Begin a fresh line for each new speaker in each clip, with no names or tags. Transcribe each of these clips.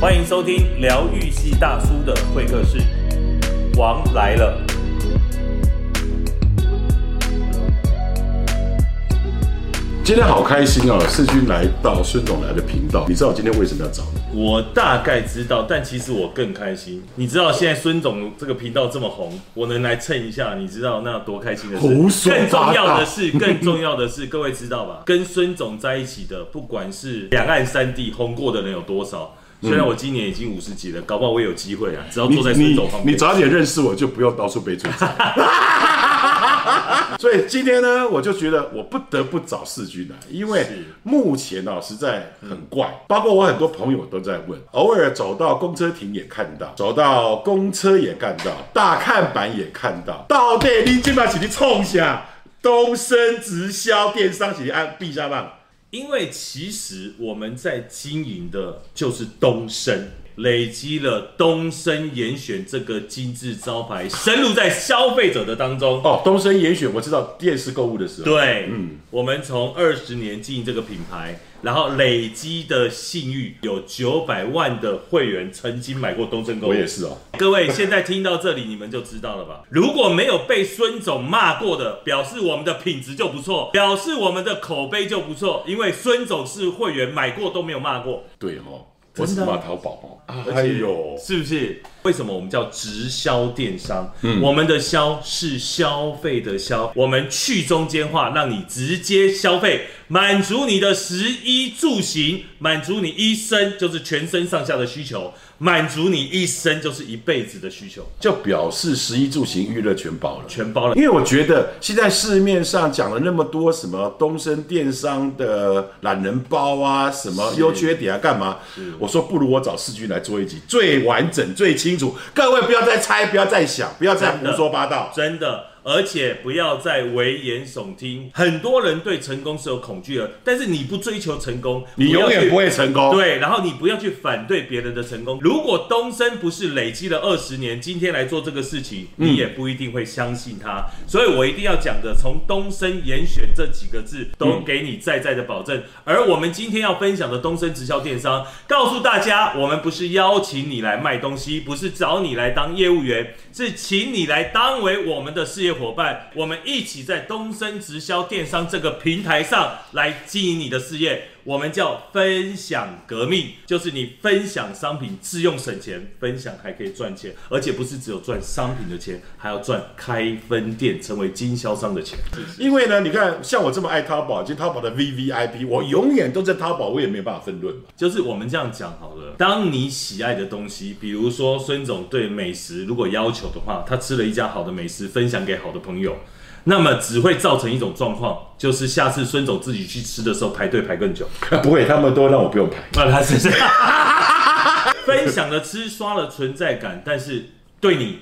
欢迎收听疗愈系大叔的会客室，王来了。
今天好开心哦，世军来到孙总来的频道，你知道我今天为什么要找你？
我大概知道，但其实我更开心。你知道现在孙总这个频道这么红，我能来蹭一下，你知道那多开心的事。
胡说
更重
八道
要的是，更重要的是，各位知道吧？跟孙总在一起的，不管是两岸三地红过的人有多少，虽然我今年已经五十几了，搞不好我也有机会啊，只要坐在孙
你
总旁
你
边。
早点认识我，就不用到处被追 责。所以今天呢，我就觉得我不得不找世军来，因为
是
目前啊实在很怪，包括我很多朋友都在问，偶尔走到公车亭也看到，走到公车也看到，大看板也看到，到底你今把起你冲下东升直销电商起你按闭下棒。
因为其实我们在经营的就是东升，累积了东升严选这个金字招牌，深入在消费者的当中。
哦，东升严选，我知道电视购物的时候，
对，嗯，我们从二十年经营这个品牌，然后累积的信誉有九百万的会员曾经买过东升购物。
我也是哦。
各位现在听到这里，你们就知道了吧？如果没有被孙总骂过的，表示我们的品质就不错，表示我们的口碑就不错，因为孙总是会员买过都没有骂过，
对哦，我
真
只
的啊
骂淘宝哦。
而
哎
且
呦，
是不是？为什么我们叫直销电商？
嗯
我们的销是消费的消，我们去中间化，让你直接消费，满足你的食衣住行，满足你一生就是全身上下的需求，满足你一生就是一辈子的需求，
就表示食衣住行娱乐全包了。
全包了。
因为我觉得现在市面上讲了那么多什么东升电商的懒人包啊，什么优缺点啊，干嘛？我说不如我找世军来做一集，最完整、最清楚。各位不要再猜，不要再想，不要再
真
胡
的
说八道。
真的，而且不要再危言耸听。很多人对成功是有恐惧的，但是你不追求成功，
你永远不
会。
会成功。
对，然后你不要去反对别人的成功。如果东升不是累积了二十年，今天来做这个事情，
嗯
你也不一定会相信他。所以我一定要讲的，从东升严选这几个字都给你在在的保
嗯
证。而我们今天要分享的东升直销电商，告诉大家，我们不是邀请你来卖东西，不是找你来当业务员，是请你来当为我们的事业伙伴，我们一起在东升直销电商这个平台上来经营你的事业。我们叫分享革命，就是你分享商品自用省钱，分享还可以赚钱，而且不是只有赚商品的钱，还要赚开分店成为经销商的钱。
因为呢，你看，像我这么爱淘宝，就淘宝的 V V I P，我永远都在淘宝，我也没办法分论嘛。
就是我们这样讲好了，当你喜爱的东西，比如说孙总对美食如果要求的话，他吃了一家好的美食，分享给好的朋友，那么只会造成一种状况，就是下次孙总自己去吃的时候排队排更久。
不会，他们都让我不用排。
那他是 分享了吃，刷了存在感，但是对你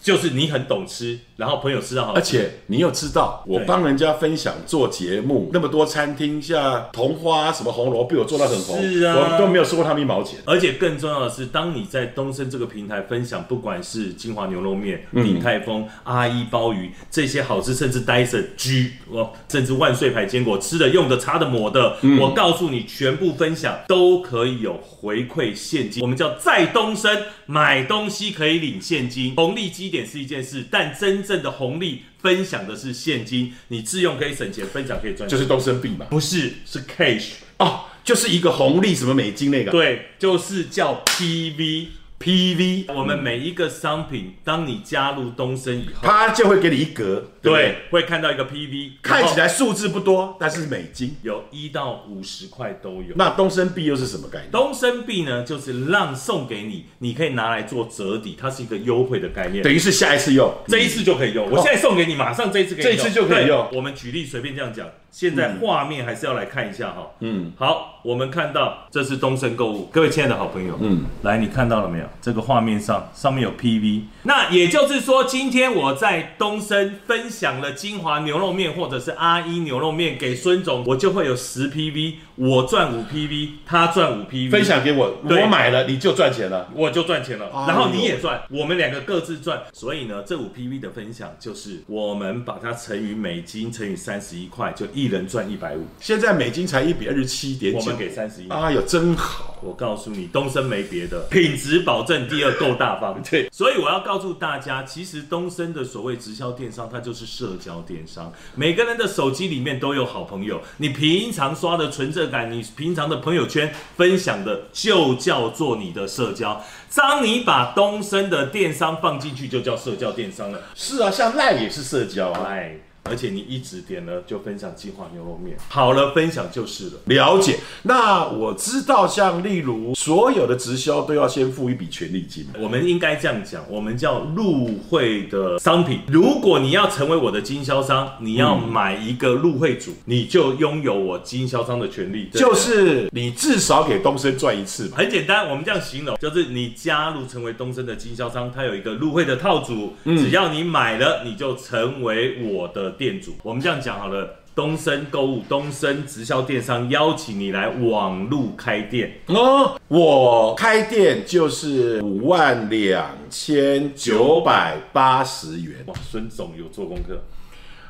就是你很懂吃，然后朋友吃到好
而，且你又知道，我帮人家分享做节目，那么多餐厅，像同花啊什么红楼被我做到很红，
是啊
我都没有收过他们一毛钱。
而且更重要的是，当你在东升这个平台分享，不管是金华牛肉面、
嗯
鼎泰丰、阿一鲍鱼这些好吃，甚至 Dyson G 哦，甚至万岁牌坚果，吃的、用的、擦的、抹的，
嗯
我告诉你，全部分享都可以有回馈现金。我们叫在东升买东西可以领现金，红利基点是一件事，但真正的红利分享的是现金，你自用可以省钱，分享可以赚钱，
就是东升病嘛，
不是是 cash，
哦，就是一个红利什么美金那个，
对，就是叫 PV。
，PV，
我们每一个商品，当你加入东升以后，
他就会给你一格，不
对，会看到一个 PV，
看起
然后
来数字不多，但是美金。
有一到五十块都有。
那东升币又是什么概念？
东升币呢，就是让送给你，你可以拿来做折抵，它是一个优惠的概念。
等于是下一次用，
这一次就可以用，我现在送给你，马上这一次可以用，
哦这一次就可以用
对我们举例随便这样讲，现在画面还是要来看一下哈。嗯，好，我们看到这是东升购物，各位亲爱的好朋友，嗯，来你看到了没有？这个画面上上面有 PV，那也就是说，今天我在东升分享了金华牛肉面或者是阿一牛肉面给孙总，我就会有十 PV，我赚五 PV，他赚五 PV，
分享给我，
对
我买了你就赚钱了。
我就赚钱了
哎，呦
然后你也赚，我们两个各自赚。所以呢，这五 PV 的分享就是我们把它乘以美金，乘以三十一块，就一人赚一百五，
现在美金才一比二十七点
我
九
们，给三十一。
哎呦，真好！
我告诉你，东升没别的，品质保证第二，够大方。
对，
所以我要告诉大家，其实东升的所谓直销电商，它就是社交电商。每个人的手机里面都有好朋友，你平常刷的存在感，你平常的朋友圈分享的，就叫做你的社交。当你把东升的电商放进去，就叫社交电商了。
是啊，像赖也是社交啊。
哎，而且你一直点了就分享计划牛肉面，好了，分享就是了。
了解。那我知道，像例如所有的直销都要先付一笔权利金嘛，
我们应该这样讲，我们叫入会的商品。如果你要成为我的经销商，你要买一个入会组，你就拥有我经销商的权利。
就是你至少给东升赚一次嘛。
很简单，我们这样形容，就是你加入成为东升的经销商，它有一个入会的套组，只要你买了，
嗯
你就成为我的店主。我们这样讲好了。东升购物、东升直销电商邀请你来网路开店，
哦，我开店就是五万两千九百八十元。
哇，孙总有做功课。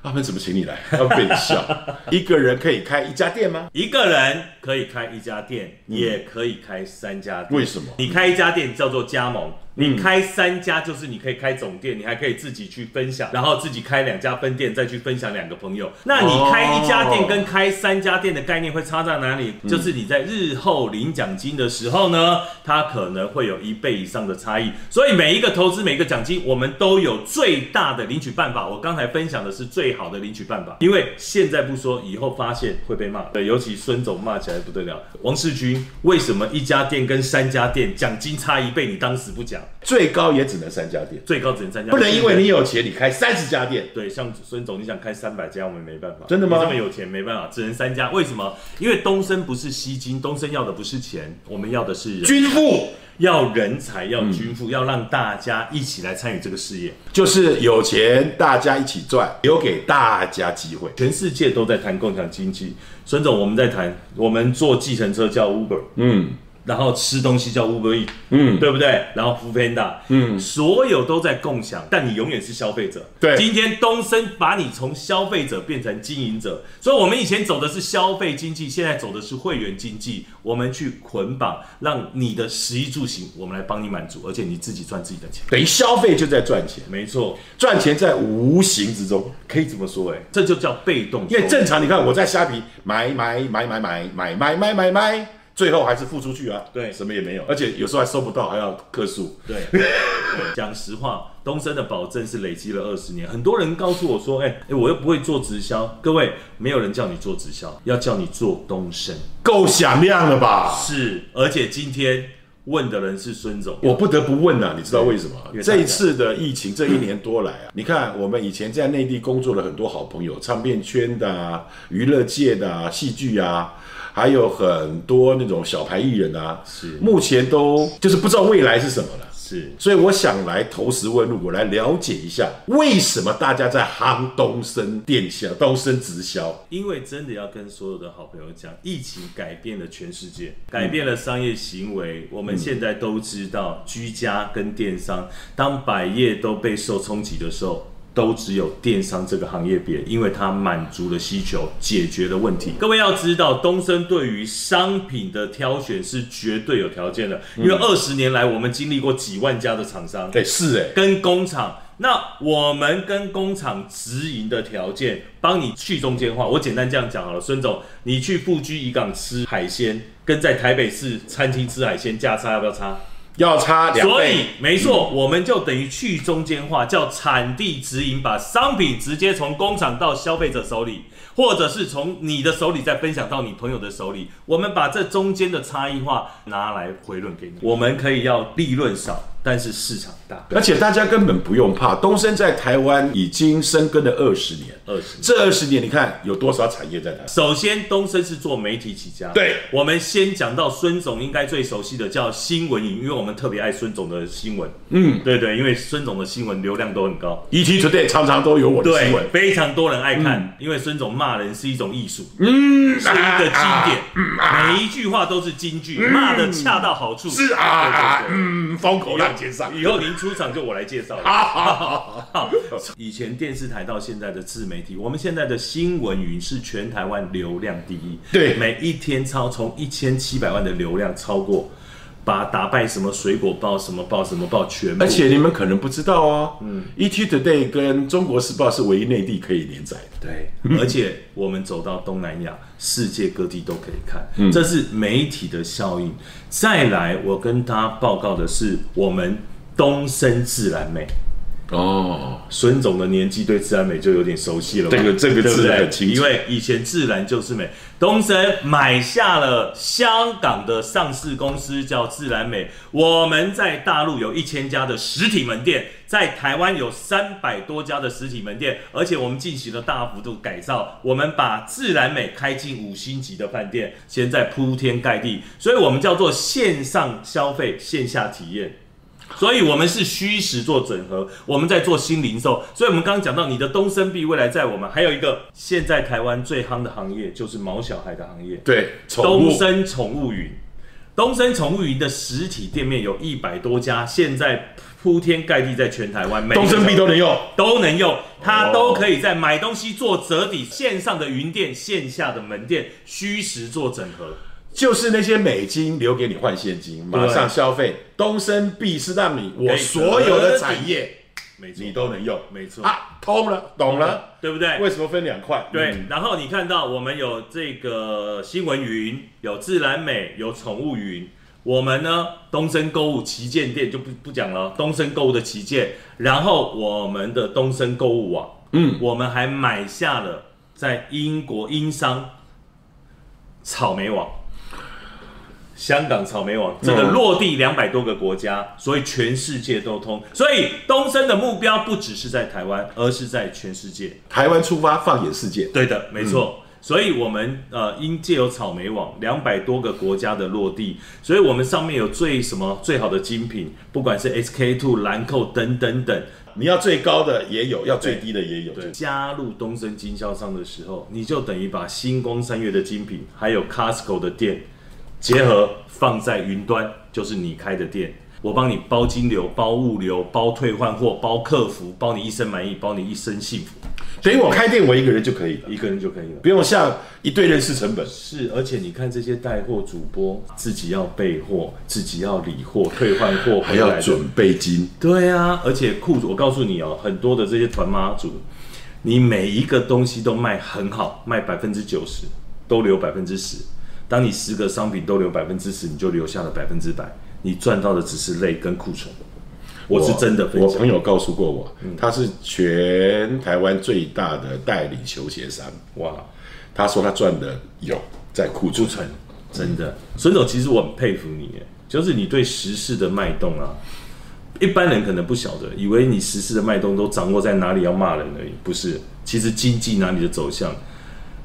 他们怎么请你来？要被你 笑。一个人可以开一家店吗？
一个人可以开一家店，也可以开三家店。
嗯为什么嗯
你开一家店叫做加盟，你开三家就是你可以开总店，你还可以自己去分享，然后自己开两家分店，再去分享两个朋友。那你开一家店跟开三家店的概念会差在哪里？就是你在日后领奖金的时候呢，它可能会有一倍以上的差异。所以每一个投资，每一个奖金，我们都有最大的领取办法。我刚才分享的是最好的领取办法，因为现在不说，以后发现会被骂。对，尤其孙总骂起来不得了。王世军为什么一家店跟三家店奖金差一倍，你当时不讲？
最高也只能三家店，
最高只能三家，
不能因为你有钱你开三十家店。
对，像孙总，你想开三百家，我们没办法。
真的吗
你这么有钱没办法，只能三家。为什么？因为东升不是吸金，东升要的不是钱，我们要的是人，
均富
要人才，要
嗯
均富，要让大家一起来参与这个事业。
就是有钱大家一起赚，留给大家机会。
全世界都在谈共享经济。孙总，我们在谈，我们坐计程车叫 Uber，嗯，然后吃东西叫 Uber E，嗯，对不对？然后 f o o Panda，嗯，所有都在共享，但你永远是消费者。
对
今天东升把你从消费者变成经营者，所以我们以前走的是消费经济，现在走的是会员经济。我们去捆绑，让你的食衣住行，我们来帮你满足，而且你自己赚自己的钱。
等于消费就在赚钱，
没错，
赚钱在无形之中。
可以这么说、哎，这就叫被动收入。
因为正常，你看我在虾皮买买买买买买买买买买，最后还是付出去啊，
对
什么也没有，而且有时候还收不到，还要客诉。
对，对讲实话，东升的保证是累积了二十年。很多人告诉我说：“哎、哎，我又不会做直销。”各位，没有人叫你做直销，要叫你做东升。
够响亮了吧？
是，而且今天问的人是孙总。
我不得不问啊呐、你知道为什么
因？为嗯大家
这一次的疫情，这一年多来啊，你看我们以前在内地工作的很多好朋友，唱片圈的、啊、娱乐界的、啊、戏剧啊，还有很多那种小牌艺人啊，
是
目前都就是不知道未来是什么了。
是
所以我想来投石问路，我来了解一下为什么大家在夯东升电销、东升直销。
因为真的要跟所有的好朋友讲，疫情改变了全世界，改变了商业行为。我们现在都知道，居家跟电商，当百业都备受冲击的时候。都只有电商这个行业别，因为它满足了需求，解决了问题。各位要知道，东升对于商品的挑选是绝对有条件的，因为二十年来我们经历过几万家的厂商，
对，是哎、
跟工厂。那我们跟工厂直营的条件，帮你去中间化。我简单这样讲好了，孙总，你去富居渔港吃海鲜，跟在台北市餐厅吃海鲜价差要不要差？
要差两
所以
倍。
没错，我们就等于去中间化，叫产地直营，把商品直接从工厂到消费者手里，或者是从你的手里再分享到你朋友的手里。我们把这中间的差异化拿来回润给你，我们可以要利润少，但是市场大，
而且大家根本不用怕，东升在台湾已经深耕了二十年，
二十。
这二十年你看有多少产业在台湾？
首先，东升是做媒体起家。
对，
我们先讲到孙总应该最熟悉的叫新闻营，因为我们特别爱孙总的新闻。嗯，对对，因为孙总的新闻流量都很高，
ET？E Today 常常都有我的
对
新闻，，
非常多人爱
嗯
看，因为孙总骂人是一种艺术，嗯，是一个
啊
经典，
嗯
每一句话都是金句，骂的恰到好处。
是啊啊
对，对对
嗯，风口浪尖上。
以后您出场就我来介绍了。好，以前电视台到现在的自媒体，我们现在的新闻云是全台湾流量第一，
对
每一天超从一千七百万的流量超过，把打败什么水果报、什么报、什么报全部。
而且你们可能不知道哦，嗯，ET Today 跟中国时报是唯一内地可以连载的。
对，而且我们走到东南亚，世界各地都可以看，
嗯
这是媒体的效应。再来，我跟他报告的是我们东升自然美。
哦，
孙总的年纪对自然美就有点熟悉了嘛，
这个这个
对不
自然
对
很清楚
因为以前自然就是美。东森买下了香港的上市公司叫自然美，我们在大陆有一千家的实体门店，在台湾有三百多家的实体门店，而且我们进行了大幅度改造，我们把自然美开进五星级的饭店，现在铺天盖地，所以我们叫做线上消费，线下体验。所以，我们是虚实做整合，我们在做新零售。所以，我们刚刚讲到你的东升币，未来在我们还有一个现在台湾最夯的行业就是毛小孩的行业，
对，宠
东
物
升宠物云。东升宠物云的实体店面有一百多家，现在铺天盖地在全台湾，每一个
东升币都能用，
都能用，它都可以在买东西做折抵，线上的云店、线下的门店虚实做整合。
就是那些美金留给你换现金，马上消费。东升币是让你我所有的产业
没错
你，都能用
没错，
啊，通了，懂了，
对不对？
为什么分两块？
对
嗯，，
然后你看到我们有这个新闻云，有自然美，有宠物云。我们呢，东升购物旗舰店就不不讲了，东升购物的旗舰，然后我们的东升购物网，嗯，我们还买下了在英国英商草莓网，香港草莓网，这个落地两百多个国家，所以全世界都通。所以东升的目标不只是在台湾，而是在全世界。
台湾出发，放眼世界。
对的，没错。所以，我们呃，因借由草莓网两百多个国家的落地，所以我们上面有最什么最好的精品，不管是 SK two、兰蔻等等等。
你要最高的也有，要最低的也有。
对，加入东升经销商的时候，你就等于把星光三月的精品，还有 Costco 的店结合放在云端，就是你开的店，我帮你包金流、包物流、包退换货、包客服，包你一生满意，包你一生幸福，
等于我开店我一个人就可以了，
一个人就可以了。
不用像一堆人事成本。
是，而且你看这些带货主播，自己要备货，自己要理货、退换货，
还要。准备金，
对啊，而且裤子，我告诉你哦，很多的这些团妈主，你每一个东西都卖很好，卖百分之九十，都留百分之十。当你十个商品都留百分之十，你就留下了百分之百，你赚到的只是泪跟库存。我是真的分
我
享
朋，友告诉过我，他是全台湾最大的代理球鞋商。
哇，
他说他赚的有在库储存。
真的，孙总，其实我很佩服你耶，就是你对时事的脉动啊，一般人可能不晓得，以为你时事的脉动都掌握在哪里要骂人而已，不是，其实经济哪里的走向，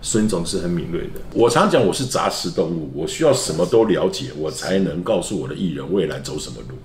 孙总是很敏锐的。
我常讲我是杂食动物，我需要什么都了解，我才能告诉我的艺人未来走什么路。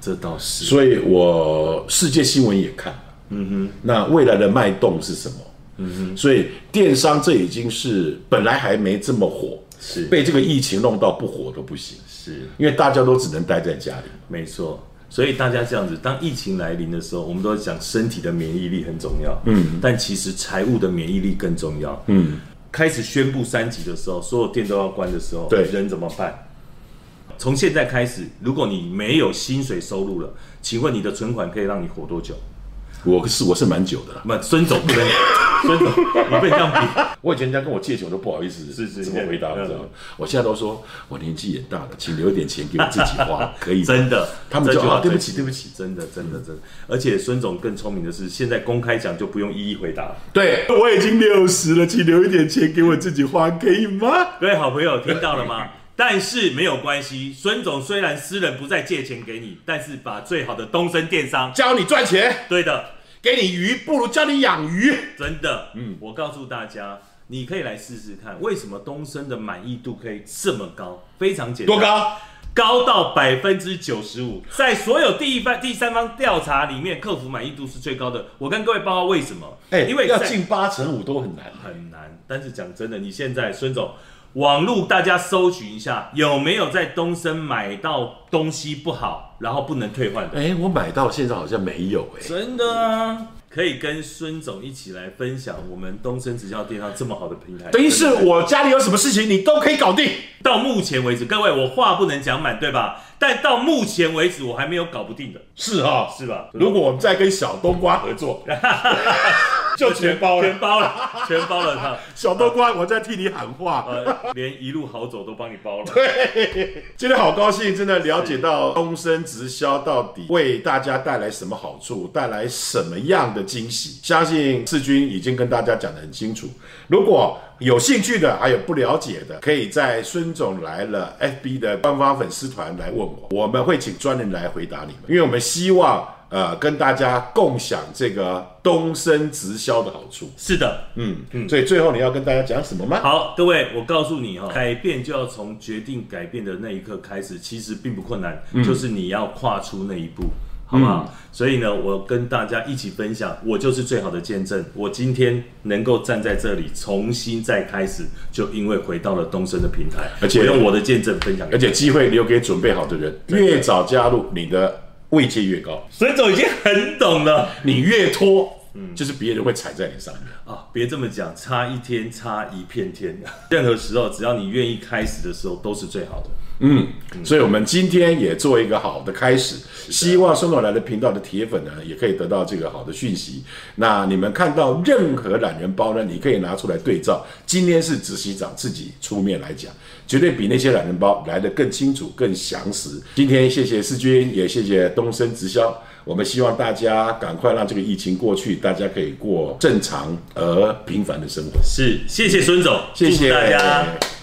这倒是，
所以我世界新闻也看嗯哼，那未来的脉动是什么？嗯哼，所以电商这已经是本来还没这么火，
是
被这个疫情弄到不火都不行，
是
因为大家都只能待在家里。
没错。所以大家这样子，当疫情来临的时候，我们都在讲身体的免疫力很重要，嗯，但其实财务的免疫力更重要，嗯。开始宣布三级的时候，所有店都要关的时候，
对
人怎么办？从现在开始，如果你没有薪水收入了，请问你的存款可以让你活多久？
我是我是蛮久的啦，
那孙总不 能，孙总你被这样比，
我以前人家跟我借钱，我都不好意思
是是
怎么回答，
嗯
你知道吗？我现在都说我年纪也大了，请留一点钱给我自己花，可以吗
真的，
他们
这
就
句话
啊，对不起，对不起。
起，真的真的真的。而且孙总更聪明的是，现在公开讲就不用一一回答了。
对，我已经六十了，请留一点钱给我自己花，可以吗？
各位好朋友，听到了吗？但是没有关系，孙总虽然私人不再借钱给你，但是把最好的东升电商，
教你赚钱，
对的，
给你鱼，不如教你养鱼。
真的，嗯，我告诉大家，你可以来试试看，为什么东升的满意度可以这么高？非常简单，
多？高？
高到百分之九十五，在所有第一方、第三方调查里面，客服满意度是最高的。我跟各位报告为什么？
哎、
因为
要
在
进八成五都很难。
很难。但是讲真的，你现在孙总，网络大家搜寻一下，有没有在东升买到东西不好，然后不能退换的？
哎、我买到现在好像没有哎、
真的啊，可以跟孙总一起来分享我们东升直销电商这么好的平台。
等于是我家里有什么事情，你都可以搞定。
到目前为止，各位我话不能讲满，对吧？但到目前为止，我还没有搞不定的，
是哈、
是吧？
如果我们再跟小冬瓜合 作，就全包了
全。包了，全包了他。
小冬瓜，我在替你喊话。
呃，连一路好走都帮你包了。
今天好高兴，真的了解到东升直销到底为大家带来什么好处，带来什么样的惊喜。相信志军已经跟大家讲得很清楚。如果有兴趣的，还有不了解的，可以在孙总来了 FB 的官方粉丝团来问我，我们会请专人来回答你们，因为我们希望呃跟大家共享这个东升直销的好处。
是的，
嗯嗯，所以最后你要跟大家讲什么吗？
好，各位，我告诉你哈、哦，改变就要从决定改变的那一刻开始，其实并不困难，
嗯
就是你要跨出那一步。好不好？所以呢，我跟大家一起分享，我就是最好的见证。我今天能够站在这里，重新再开始，就因为回到了东升的平台，
而且
我用我的见证分享给
而
你。
且机会留给准备好的人，越早加入，你的位阶越高，
孙总已经很懂 了
你越拖，就是别人会踩在你上面。
啊！别这么讲，差一天差一片天。 任何时候，只要你愿意开始的时候，都是最好的。
所以，我们今天也做一个好的开始，希望孙总来的频道的铁粉呢，也可以得到这个好的讯息。那你们看到任何懒人包呢，你可以拿出来对照。今天是执行长自己出面来讲，绝对比那些懒人包来的更清楚、更详实。今天谢谢世军，也谢谢东升直销。我们希望大家赶快让这个疫情过去，大家可以过正常而平凡的生活。
是，谢谢孙总，
谢谢
祝福大家。